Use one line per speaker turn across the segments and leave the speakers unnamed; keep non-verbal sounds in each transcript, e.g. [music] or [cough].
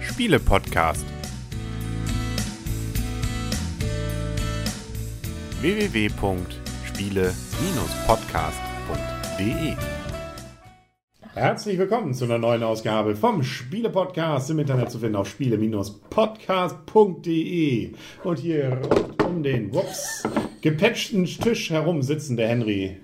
Spiele-Podcast. www.spiele-podcast.de
Herzlich willkommen zu einer neuen Ausgabe vom Spiele-Podcast im Internet zu finden auf spiele-podcast.de. Und hier rund um den whoops, gepatchten Tisch herum sitzen der Henry.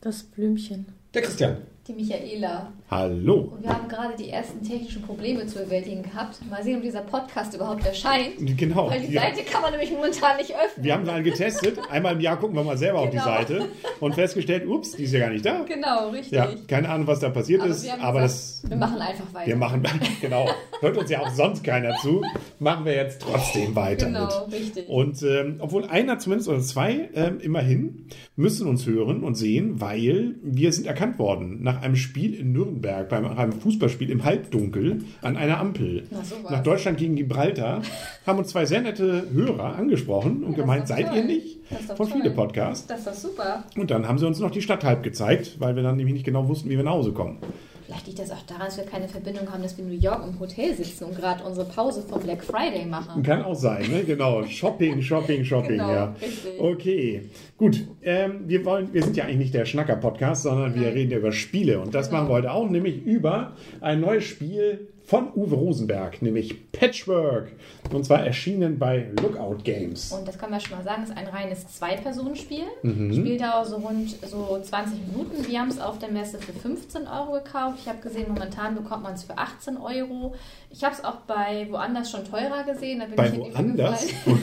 Das Blümchen.
Der Christian.
Die Michaela.
Hallo.
Und wir haben gerade die ersten technischen Probleme zu bewältigen gehabt. Mal sehen, ob dieser Podcast überhaupt erscheint.
Genau.
Weil die
ja.
Seite kann man nämlich momentan nicht öffnen.
Wir haben dann getestet. Einmal im Jahr gucken wir mal selber auf die
Genau.
Seite und festgestellt, ups, die ist ja gar nicht da.
Genau, richtig.
Ja, keine Ahnung, was da passiert
Aber
ist,
wir haben
aber das
gesagt, wir machen einfach weiter.
Wir machen, [laughs] genau, hört uns ja auch sonst keiner zu, machen wir jetzt trotzdem weiter
Genau,
mit.
richtig.
Und ähm, obwohl einer zumindest oder zwei ähm, immerhin müssen uns hören und sehen, weil wir sind erkannt worden nach einem Spiel in Nürnberg, beim nach einem Fußballspiel im Halbdunkel an einer Ampel.
Na, sowas.
nach Deutschland gegen Gibraltar haben uns zwei sehr nette Hörer angesprochen und
das
gemeint,
ist doch
seid
toll.
ihr nicht?
Das ist doch
Von
toll.
viele Podcasts.
das ist doch super.
Und dann haben sie uns noch die Stadt halb gezeigt, weil wir dann nämlich nicht genau wussten, wie wir nach Hause kommen.
Vielleicht liegt das auch daran, dass wir keine Verbindung haben, dass wir in New York im Hotel sitzen und gerade unsere Pause von Black Friday machen.
Kann auch sein, ne? Genau. Shopping, Shopping, Shopping,
Genau,
ja.
richtig.
Okay. Gut. Ähm, wir wollen, wir sind ja eigentlich nicht der Schnacker-Podcast, sondern wir reden ja über Spiele. Und das
Genau.
machen wir heute auch, nämlich über ein neues Spiel von Uwe Rosenberg, nämlich Patchwork. Und zwar erschienen bei Lookout Games.
Und das kann man schon mal sagen, ist ein reines Zwei-Personen-Spiel.
Mhm.
Spieldauer so rund so 20 Minuten. Wir haben es auf der Messe für 15 Euro gekauft. Ich habe gesehen, momentan bekommt man es für 18 Euro. Ich habe es auch bei woanders schon teurer gesehen. Da bin ich
Bei
in die
woanders?
Falle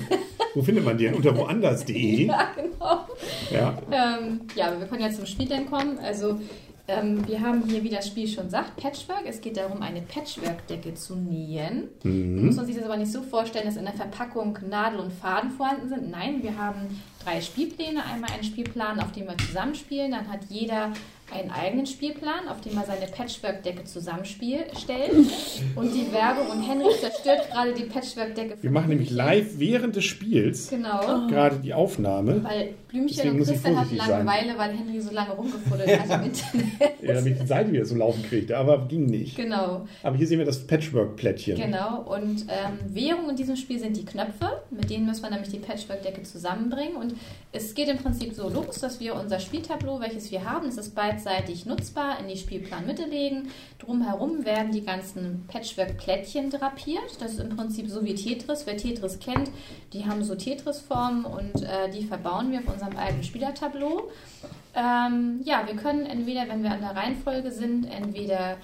Wo, wo findet man die? Unter woanders.de.
gefallen. [laughs] ja, genau.
Ja.
Ähm, ja, aber wir können jetzt zum Spiel dann kommen. Also, ähm, wir haben hier, wie das Spiel schon sagt, Patchwork. Es geht darum, eine Patchwork-Decke zu nähen.
Mhm.
Muss man sich das aber nicht so vorstellen, dass in der Verpackung Nadel und Faden vorhanden sind. Nein, wir haben drei Spielpläne. Einmal einen Spielplan, auf dem wir zusammenspielen. Dann hat jeder einen eigenen Spielplan, auf dem er seine Patchwork-Decke zusammenstellt. Und die Werbung und Henry zerstört gerade die Patchwork-Decke.
Wir machen nämlich live während des Spiels
Genau.
gerade die Aufnahme.
Weil Blümchen
Deswegen
und
muss ich
Christian hatten
vorsichtig sein.
Langeweile, weil Henry so lange rumgefuddelt hat
[laughs]
im Internet.
Ja, damit ich die Seite wieder so laufen kriegte, aber ging nicht.
Genau,
Aber hier sehen wir das Patchwork-Plättchen.
genau. Und ähm, Währung in diesem Spiel sind die Knöpfe. Mit denen müssen wir nämlich die Patchwork-Decke zusammenbringen. Und es geht im Prinzip so los, dass wir unser Spieltableau, welches wir haben, das ist beidseitig nutzbar, in die Spielplanmitte legen. Drumherum werden die ganzen Patchwork-Plättchen drapiert. Das ist im Prinzip so wie Tetris. Wer Tetris kennt, die haben so Tetris-Formen und äh, die verbauen wir auf unserem eigenen Spielertableau. Ähm, ja, wir können entweder, wenn wir an der Reihenfolge sind, entweder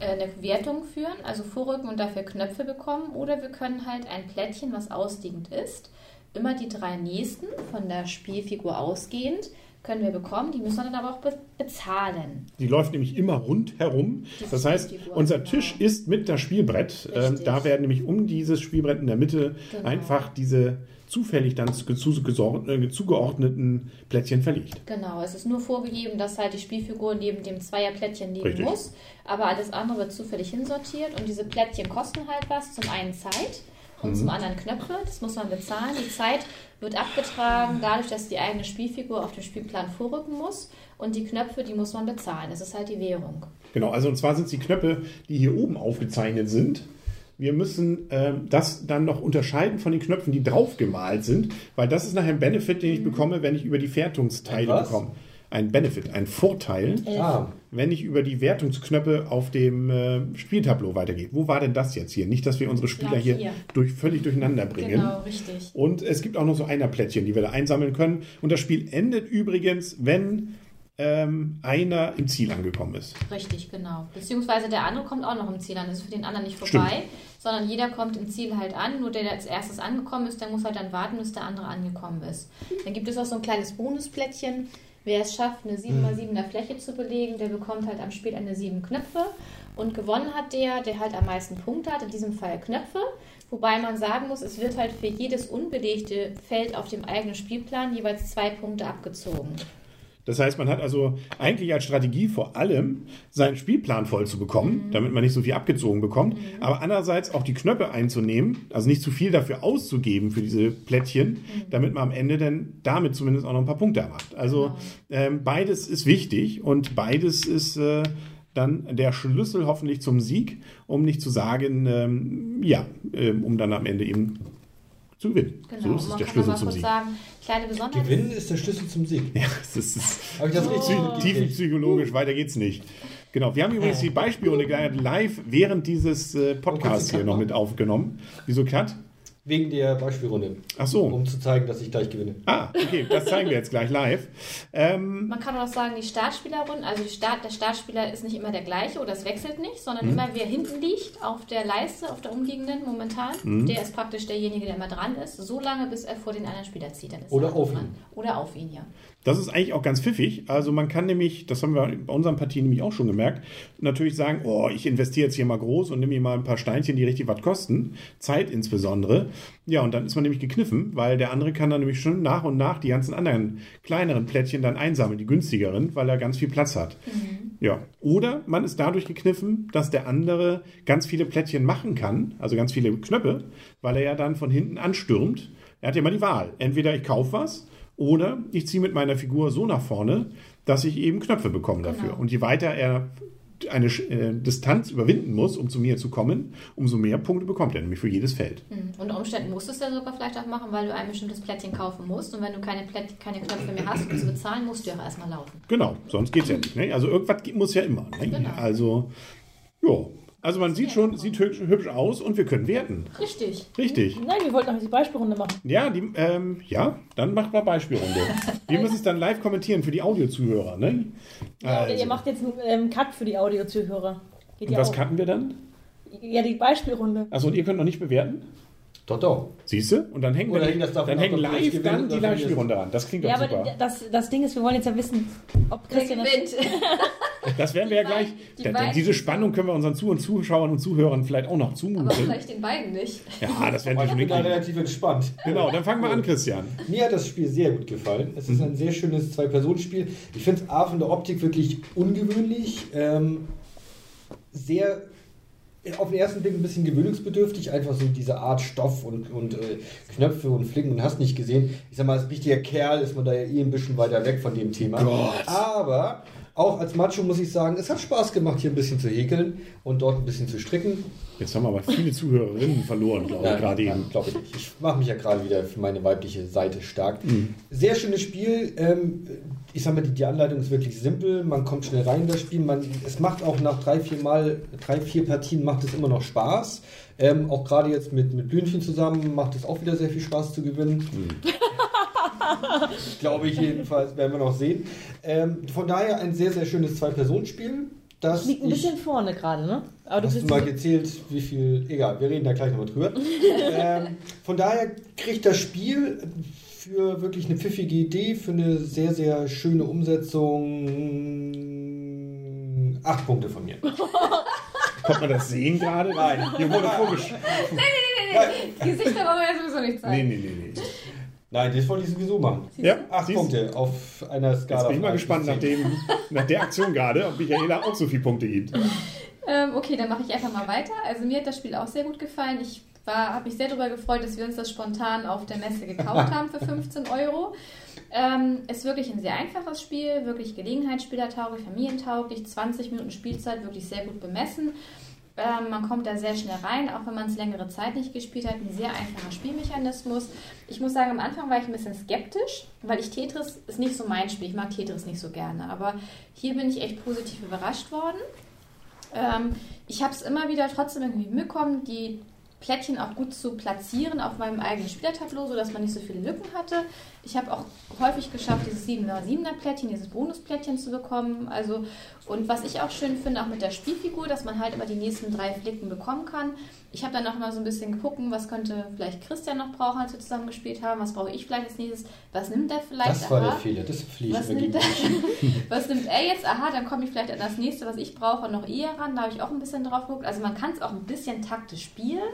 äh, eine Wertung führen, also vorrücken und dafür Knöpfe bekommen, oder wir können halt ein Plättchen, was ausliegend ist, immer die drei nächsten von der Spielfigur ausgehend, können wir bekommen. Die müssen wir dann aber auch be bezahlen.
Die läuft nämlich immer rundherum.
Das
Das
ist
heißt,
die Figur,
unser
genau.
Tisch ist mit das Spielbrett. Ähm,
Richtig.
da werden nämlich um dieses Spielbrett in der Mitte
Genau.
einfach diese zufällig dann zu- zu- gesor- äh, zugeordneten Plättchen verlegt.
Genau, es ist nur vorgegeben, dass halt die Spielfigur neben dem Zweierplättchen liegen
Richtig.
muss, aber alles andere wird zufällig hinsortiert und diese Plättchen kosten halt was, zum einen Zeit und zum anderen Knöpfe, das muss man bezahlen. Die Zeit wird abgetragen dadurch, dass die eigene Spielfigur auf dem Spielplan vorrücken muss und die Knöpfe, die muss man bezahlen, das ist halt die Währung.
Genau, also und zwar sind es die Knöpfe, die hier oben aufgezeichnet sind. Wir müssen ähm, das dann noch unterscheiden von den Knöpfen, die draufgemalt sind, weil das ist nachher ein Benefit,
Mhm.
den ich bekomme, wenn ich über die Wertungsteile
Ein was?
bekomme. Ein Benefit, ein Vorteil,
Ah,
wenn ich über die Wertungsknöpfe auf dem äh, Spieltableau weitergehe. Wo war denn das jetzt hier? Nicht, dass wir unsere Spieler
Ja,
hier,
hier.
Durch, völlig durcheinander bringen.
Genau, richtig.
Und es gibt auch noch so Einerplättchen, die wir da einsammeln können. Und das Spiel endet übrigens, wenn ähm, einer im Ziel angekommen ist.
Richtig, genau. Beziehungsweise der andere kommt auch noch im Ziel an. Das ist für den anderen nicht vorbei, sondern jeder kommt im Ziel halt an. Nur der, der als erstes angekommen ist, der muss halt dann warten, bis der andere angekommen ist. Dann gibt es auch so ein kleines Bonusplättchen. Wer es schafft, eine
Hm.
7x7er Fläche zu belegen, der bekommt halt am Spiel eine 7 Knöpfe. Und gewonnen hat der, der halt am meisten Punkte hat, in diesem Fall Knöpfe. Wobei man sagen muss, es wird halt für jedes unbelegte Feld auf dem eigenen Spielplan jeweils zwei Punkte abgezogen.
Das heißt, man hat also eigentlich als Strategie vor allem, seinen Spielplan voll zu
Mhm.
bekommen, damit man nicht so viel abgezogen bekommt, aber andererseits auch die Knöpfe einzunehmen, also nicht zu viel dafür auszugeben für diese
Mhm.
Plättchen, damit man am Ende dann damit
Genau.
zumindest auch noch ein paar Punkte macht. Also ähm, beides ist wichtig und beides ist äh, dann der Schlüssel hoffentlich zum Sieg, um nicht zu sagen, ähm, ja, ähm, um dann am Ende eben zu gewinnen.
Genau,
so
und
ist es
man
der
kann noch
Schlüssel
mal
zum
kurz
Sieg.
sagen, kleine Besonderheit.
Gewinnen ist der Schlüssel zum Sieg.
Ja, das ist, das ist
Habe ich das richtig
Psy-
mitgekriegt? Äh.
tiefenpsychologisch, weiter geht's nicht. Genau, wir haben übrigens die Beispielrunde gleich live während dieses äh,
Oh
Podcasts hier noch mit aufgenommen. Wieso Cut?
Wegen der Beispielrunde.
Ach so.
Um zu zeigen, dass ich gleich gewinne.
Ah, okay, das zeigen wir jetzt gleich live. Ähm,
Man kann auch sagen, die Startspielerrunden, also die Start, der Startspieler ist nicht immer der gleiche oder es wechselt nicht, sondern
Mhm.
immer wer hinten liegt auf der Leiste, auf der umliegenden momentan,
Mhm.
der ist praktisch derjenige, der immer dran ist, so lange, bis er vor den anderen Spieler zieht. Dann ist
Oder
er auch
auf
dran.
ihn.
Oder auf ihn, ja.
Das ist eigentlich auch ganz pfiffig. Also man kann nämlich, das haben wir bei unseren Partien nämlich auch schon gemerkt, natürlich sagen, oh, ich investiere jetzt hier mal groß und nehme hier mal ein paar Steinchen, die richtig was kosten. Zeit insbesondere. Ja, und dann ist man nämlich gekniffen, weil der andere kann dann nämlich schon nach und nach die ganzen anderen kleineren Plättchen dann einsammeln, die günstigeren, weil er ganz viel Platz hat. Ja. Oder man ist dadurch gekniffen, dass der andere ganz viele Plättchen machen kann, also ganz viele Knöpfe, weil er ja dann von hinten anstürmt. Er hat ja immer die Wahl. Entweder ich kaufe was oder ich ziehe mit meiner Figur so nach vorne, dass ich eben Knöpfe bekomme dafür.
Genau.
Und je weiter er eine Sch- äh, Distanz überwinden muss, um zu mir zu kommen, umso mehr Punkte bekommt er, nämlich für jedes Feld.
Mhm. Unter Umständen musst du es ja sogar vielleicht auch machen, weil du ein bestimmtes Plättchen kaufen musst und wenn du keine, Plätt, keine Knöpfe mehr hast, um zu bezahlen, musst du ja auch erstmal laufen.
Genau, sonst geht's ja nicht. Ne? Also irgendwas ge- muss ja immer. Ne?
Genau.
Also, ja. Also man sieht schon,
genau.
sieht hübsch, hübsch aus und wir können werten.
Richtig.
Richtig.
Nein, wir wollten noch die Beispielrunde machen.
Ja, die, ähm, ja, dann macht mal
[laughs]
Beispielrunde. Wir müssen es dann live kommentieren für die Audiozuhörer. Ne?
Ja, oder
Also.
ihr macht jetzt einen ähm, Cut für die Audio-Zuhörer. Geht
Und
ja
was
auch.
kannten wir dann?
Ja, die Beispielrunde.
Achso, und ihr könnt noch nicht bewerten?
Doch, doch.
Siehst du? Und dann hängen,
Oder
wir,
hängt das davon
dann
ab,
hängen
ob du jetzt
live
gewinnst
dann die
oder
Live-Spielrunde ran. Das klingt doch
Ja, aber
super.
das, das Ding ist, wir wollen jetzt ja wissen, ob Christian das
Das werden wir ja
die
gleich.
beiden- die
Denn, denn
beiden-
diese Spannung können wir unseren Zuh- und Zuschauern und Zuhörern vielleicht auch noch
[laughs] Aber
zumuten.
vielleicht den beiden nicht.
Ja, das werden wir
Aber ich
schon
bin da
hinkriegen.
relativ entspannt.
Genau, dann fangen wir an, Christian.
Mir hat das Spiel sehr gut gefallen. Es ist ein sehr schönes Zwei-Personen-Spiel. Ich finde es A von der Optik wirklich ungewöhnlich. Ähm, sehr äh, auf den ersten Blick ein bisschen gewöhnungsbedürftig, einfach so diese Art Stoff und, und äh, Knöpfe und Flicken und hast nicht gesehen. Ich sag mal, als richtiger Kerl ist man da ja eh ein bisschen weiter weg von dem Thema.
Gott.
Aber auch als Macho muss ich sagen, es hat Spaß gemacht, hier ein bisschen zu häkeln und dort ein bisschen zu stricken.
Jetzt haben wir aber viele Zuhörerinnen verloren, glaube ich, gerade eben.
Glaube ich nicht. Ich mache mich ja gerade wieder für meine weibliche Seite stark.
Mhm.
Sehr schönes Spiel. Ähm, ich sag mal, die, die Anleitung ist wirklich simpel. Man kommt schnell rein in das Spiel. Man, es macht auch nach drei, vier Mal, drei, vier Partien macht es immer noch Spaß. Ähm, auch gerade jetzt mit, mit Blümchen zusammen macht es auch wieder sehr viel Spaß zu gewinnen.
Mhm.
[laughs] Glaube ich jedenfalls, werden wir noch sehen. Ähm, von daher ein sehr, sehr schönes Zwei-Personen-Spiel. Das
liegt ein
ich-
bisschen vorne gerade, ne? Aber du
Hast du
bist.
mal gezählt, wie viel. Egal, wir reden da gleich nochmal drüber. ähm, von daher kriegt das Spiel für wirklich eine pfiffige Idee, für eine sehr, sehr schöne Umsetzung. mm, Acht Punkte von mir.
Konnte man das sehen gerade? Nein. Hier wurde vorgesch.
Gesichter wollen wir ja sowieso nicht
Nee,
zeigen.
nee, nee, nee.
Nein, das wollte ich sowieso machen.
Ja,
Acht
siehst du?
Punkte auf einer Skala.
Jetzt bin ich mal
von
gespannt nach,
1 bis 10.
dem, nach der Aktion gerade, ob Michaela auch so viele Punkte gibt.
Ähm, okay, dann mache ich einfach mal weiter. Also mir hat das Spiel auch sehr gut gefallen. Ich habe mich sehr darüber gefreut, dass wir uns das spontan auf der Messe gekauft haben für 15 Euro. Ähm, ist wirklich ein sehr einfaches Spiel, wirklich gelegenheitsspielertauglich, familientauglich, 20 Minuten Spielzeit, wirklich sehr gut bemessen. Ähm, man kommt da sehr schnell rein, auch wenn man es längere Zeit nicht gespielt hat. Ein sehr einfacher Spielmechanismus. Ich muss sagen, am Anfang war ich ein bisschen skeptisch, weil ich Tetris ist nicht so mein Spiel. Ich mag Tetris nicht so gerne. Aber hier bin ich echt positiv überrascht worden. Ähm, ich habe es immer wieder trotzdem irgendwie mitbekommen, die Plättchen auch gut zu platzieren auf meinem eigenen Spielertableau, sodass man nicht so viele Lücken hatte. Ich habe auch häufig geschafft, dieses 7er, 7er Plättchen, dieses Bonusplättchen zu bekommen. Also, und was ich auch schön finde, auch mit der Spielfigur, dass man halt immer die nächsten drei Flicken bekommen kann. Ich habe dann noch mal so ein bisschen gucken, was könnte vielleicht Christian noch brauchen, als wir zusammen gespielt haben. Was brauche ich vielleicht als nächstes? Was nimmt er vielleicht?
Das war der
Aha.
Fehler. Das fliege ich
Was
mir
nimmt,
gegen.
[laughs]
er, was nimmt er jetzt? Aha, dann komme ich vielleicht an das nächste, was ich brauche, noch eher ran. Da habe ich auch ein bisschen drauf geguckt. Also man kann es auch ein bisschen taktisch spielen.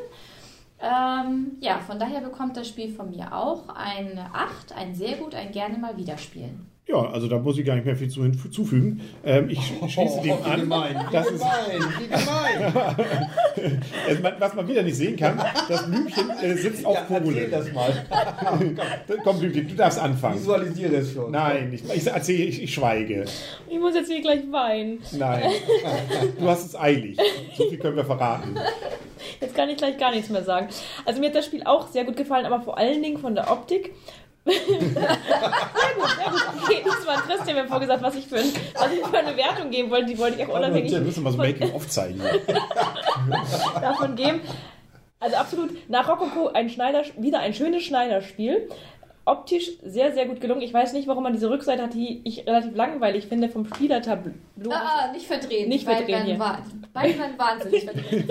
Ähm, ja, von daher bekommt das Spiel von mir auch eine 8, ein sehr gut, ein gerne mal wieder spielen.
Ja, also da muss ich gar nicht mehr viel zu hinzufügen. Ähm, ich schließe dem
wie
an.
Oh, gemein, wie
Das ist-
gemein, [laughs] wie gemein.
Also, man- was man wieder nicht sehen kann, das Blümchen äh, sitzt auf
Ja, erzähl
Kohle.
das mal.
Komm, Blümchen, du darfst anfangen.
Visualisiere es schon.
Nein, ich, ich erzähle, ich, ich schweige.
Ich muss jetzt hier gleich weinen.
Nein. Du hast es eilig. So viel können wir verraten.
Jetzt kann ich gleich gar nichts mehr sagen. Also mir hat das Spiel auch sehr gut gefallen, aber vor allen Dingen von der Optik. [laughs] sehr gut, sehr gut. Okay, das war Christian mir vorgesagt, was ich, für ein, was ich für eine Wertung geben wollte. Die wollte ich auch unabhängig
Also, Wir müssen mal so Making-of zeigen.
davon geben. Also absolut, nach Rococo ein Schneider, wieder ein schönes Schneiderspiel. Optisch sehr, sehr gut gelungen. Ich weiß nicht, warum man diese Rückseite hat, die ich relativ langweilig finde, vom Spielertableau.
Ah, ah, nicht verdrehen.
Nicht verdrehen hier.
Beide waren
[laughs]
wahnsinnig verdrehen.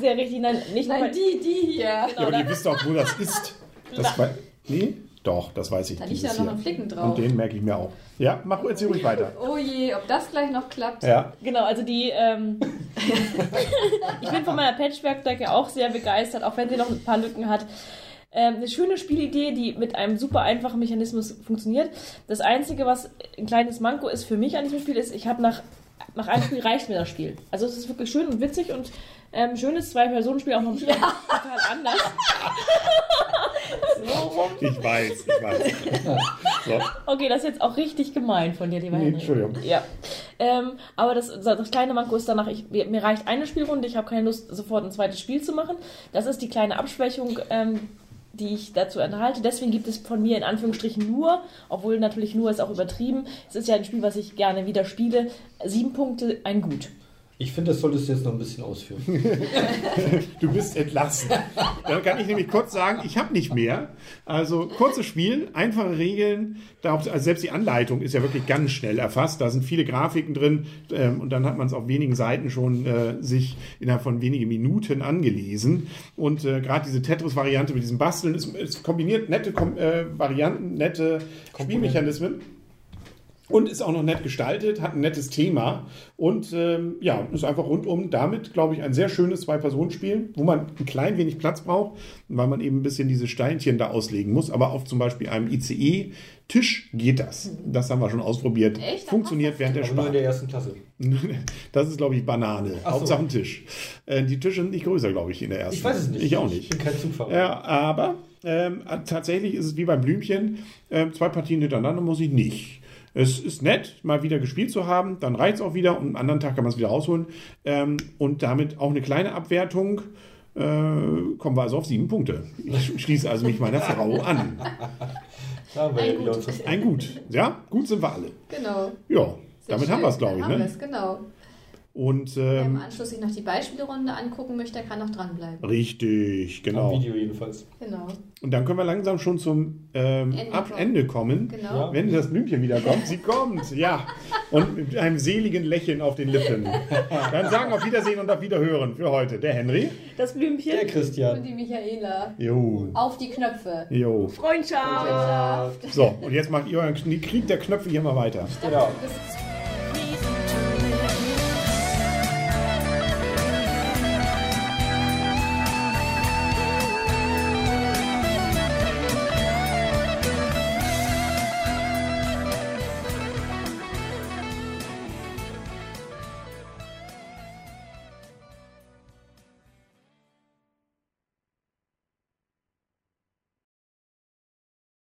Sehr richtig, nein, nicht Genau,
Nein,
weil-
die, die hier.
Ja, aber ihr wisst doch, wo das ist. Das wei- nee? Doch, das weiß ich.
Da liegt
dieses
ja noch
hier.
ein Flicken
Und
drauf.
den merke ich mir auch. Ja, mach erzähl ruhig weiter.
Oh je, ob das gleich noch klappt.
Ja.
Genau, also die. Ähm, ich bin von meiner Patchwork-Decke auch sehr begeistert, auch wenn sie noch ein paar Lücken hat. Ähm, eine schöne Spielidee, die mit einem super einfachen Mechanismus funktioniert. Das Einzige, was ein kleines Manko ist für mich an diesem Spiel, ist, ich habe nach, nach einem Spiel reicht mir das Spiel. Also es ist wirklich schön und witzig und ähm, schönes Zwei-Personen-Spiel auch noch ja. total anders. [laughs]
Ich weiß, ich weiß. So.
Okay, das ist jetzt auch richtig gemein von dir, lieber
Nee,
Henry.
Entschuldigung.
Ja. Ähm, aber das, das kleine Manko ist danach, ich, mir mir reicht eine Spielrunde, ich habe keine Lust, sofort ein zweites Spiel zu machen. Das ist die kleine Abschwächung, ähm, die ich dazu enthalte. Deswegen gibt es von mir in Anführungsstrichen nur, obwohl natürlich nur ist auch übertrieben. Es ist ja ein Spiel, was ich gerne wieder spiele. Sieben Punkte, ein Gut.
Ich finde, das solltest du jetzt noch ein bisschen ausführen.
Du bist entlassen. Dann kann ich nämlich kurz sagen, ich habe nicht mehr. Also kurzes Spiel, einfache Regeln. Da, also selbst die Anleitung ist ja wirklich ganz schnell erfasst. Da sind viele Grafiken drin ähm, und dann hat man es auf wenigen Seiten schon äh, sich innerhalb von wenigen Minuten angelesen. Und äh, gerade diese Tetris-Variante mit diesem Basteln, es, es kombiniert nette Kom äh, Varianten, nette Spielmechanismen. Und ist auch noch nett gestaltet, hat ein nettes Thema und ähm, ja, ist einfach rundum damit, glaube ich, ein sehr schönes Zwei-Personen-Spiel, wo man ein klein wenig Platz braucht, weil man eben ein bisschen diese Steinchen da auslegen muss. Aber auf zum Beispiel einem ICE-Tisch geht das. Das haben wir schon ausprobiert.
Echt?
Funktioniert während der
Aber nur in
Sparte.
der ersten Klasse.
[laughs] Das ist, glaube ich, Banane.
Ach so.
Hauptsache ein Tisch. Äh, die Tische sind nicht größer, glaube ich, in der ersten.
Ich weiß es nicht.
Ich auch
Ich
nicht.
bin kein Zugfahrer.
Ja, aber ähm, tatsächlich ist es wie beim Blümchen, ähm, zwei Partien hintereinander muss ich nicht. Es ist nett, mal wieder gespielt zu haben, dann reicht es auch wieder und am anderen Tag kann man es wieder rausholen. Ähm, und damit auch eine kleine Abwertung. Äh, kommen wir also auf sieben Punkte. Ich schließe also mich meiner Frau an.
Da haben wir ja
Ein
wieder
gut.
unsere-
Ein Gut. Ja, gut sind wir alle.
Genau.
Ja,
Sehr
damit
schön.
haben wir es, glaube ich.
Haben wir
Ne?
es, genau.
Und
Wer im
ähm,
Anschluss sich noch die Beispielrunde angucken möchte, der kann noch dranbleiben.
richtig,
Am
genau.
Video jedenfalls.
Genau.
Und dann können wir langsam schon zum ähm,
Ende
Ab
kommen.
Ende kommen.
Genau.
Wenn das Blümchen wieder kommt, sie kommt, ja. Und mit einem seligen Lächeln auf den Lippen. Dann sagen auf Wiedersehen und auf Wiederhören für heute. Der Henry.
Das Blümchen.
Der Christian.
Und die Michaela.
Jo.
Auf die Knöpfe.
Jo.
Freundschaft.
So, und jetzt macht ihr euren Knie- Krieg der Knöpfe hier mal weiter.
Genau.
Das ist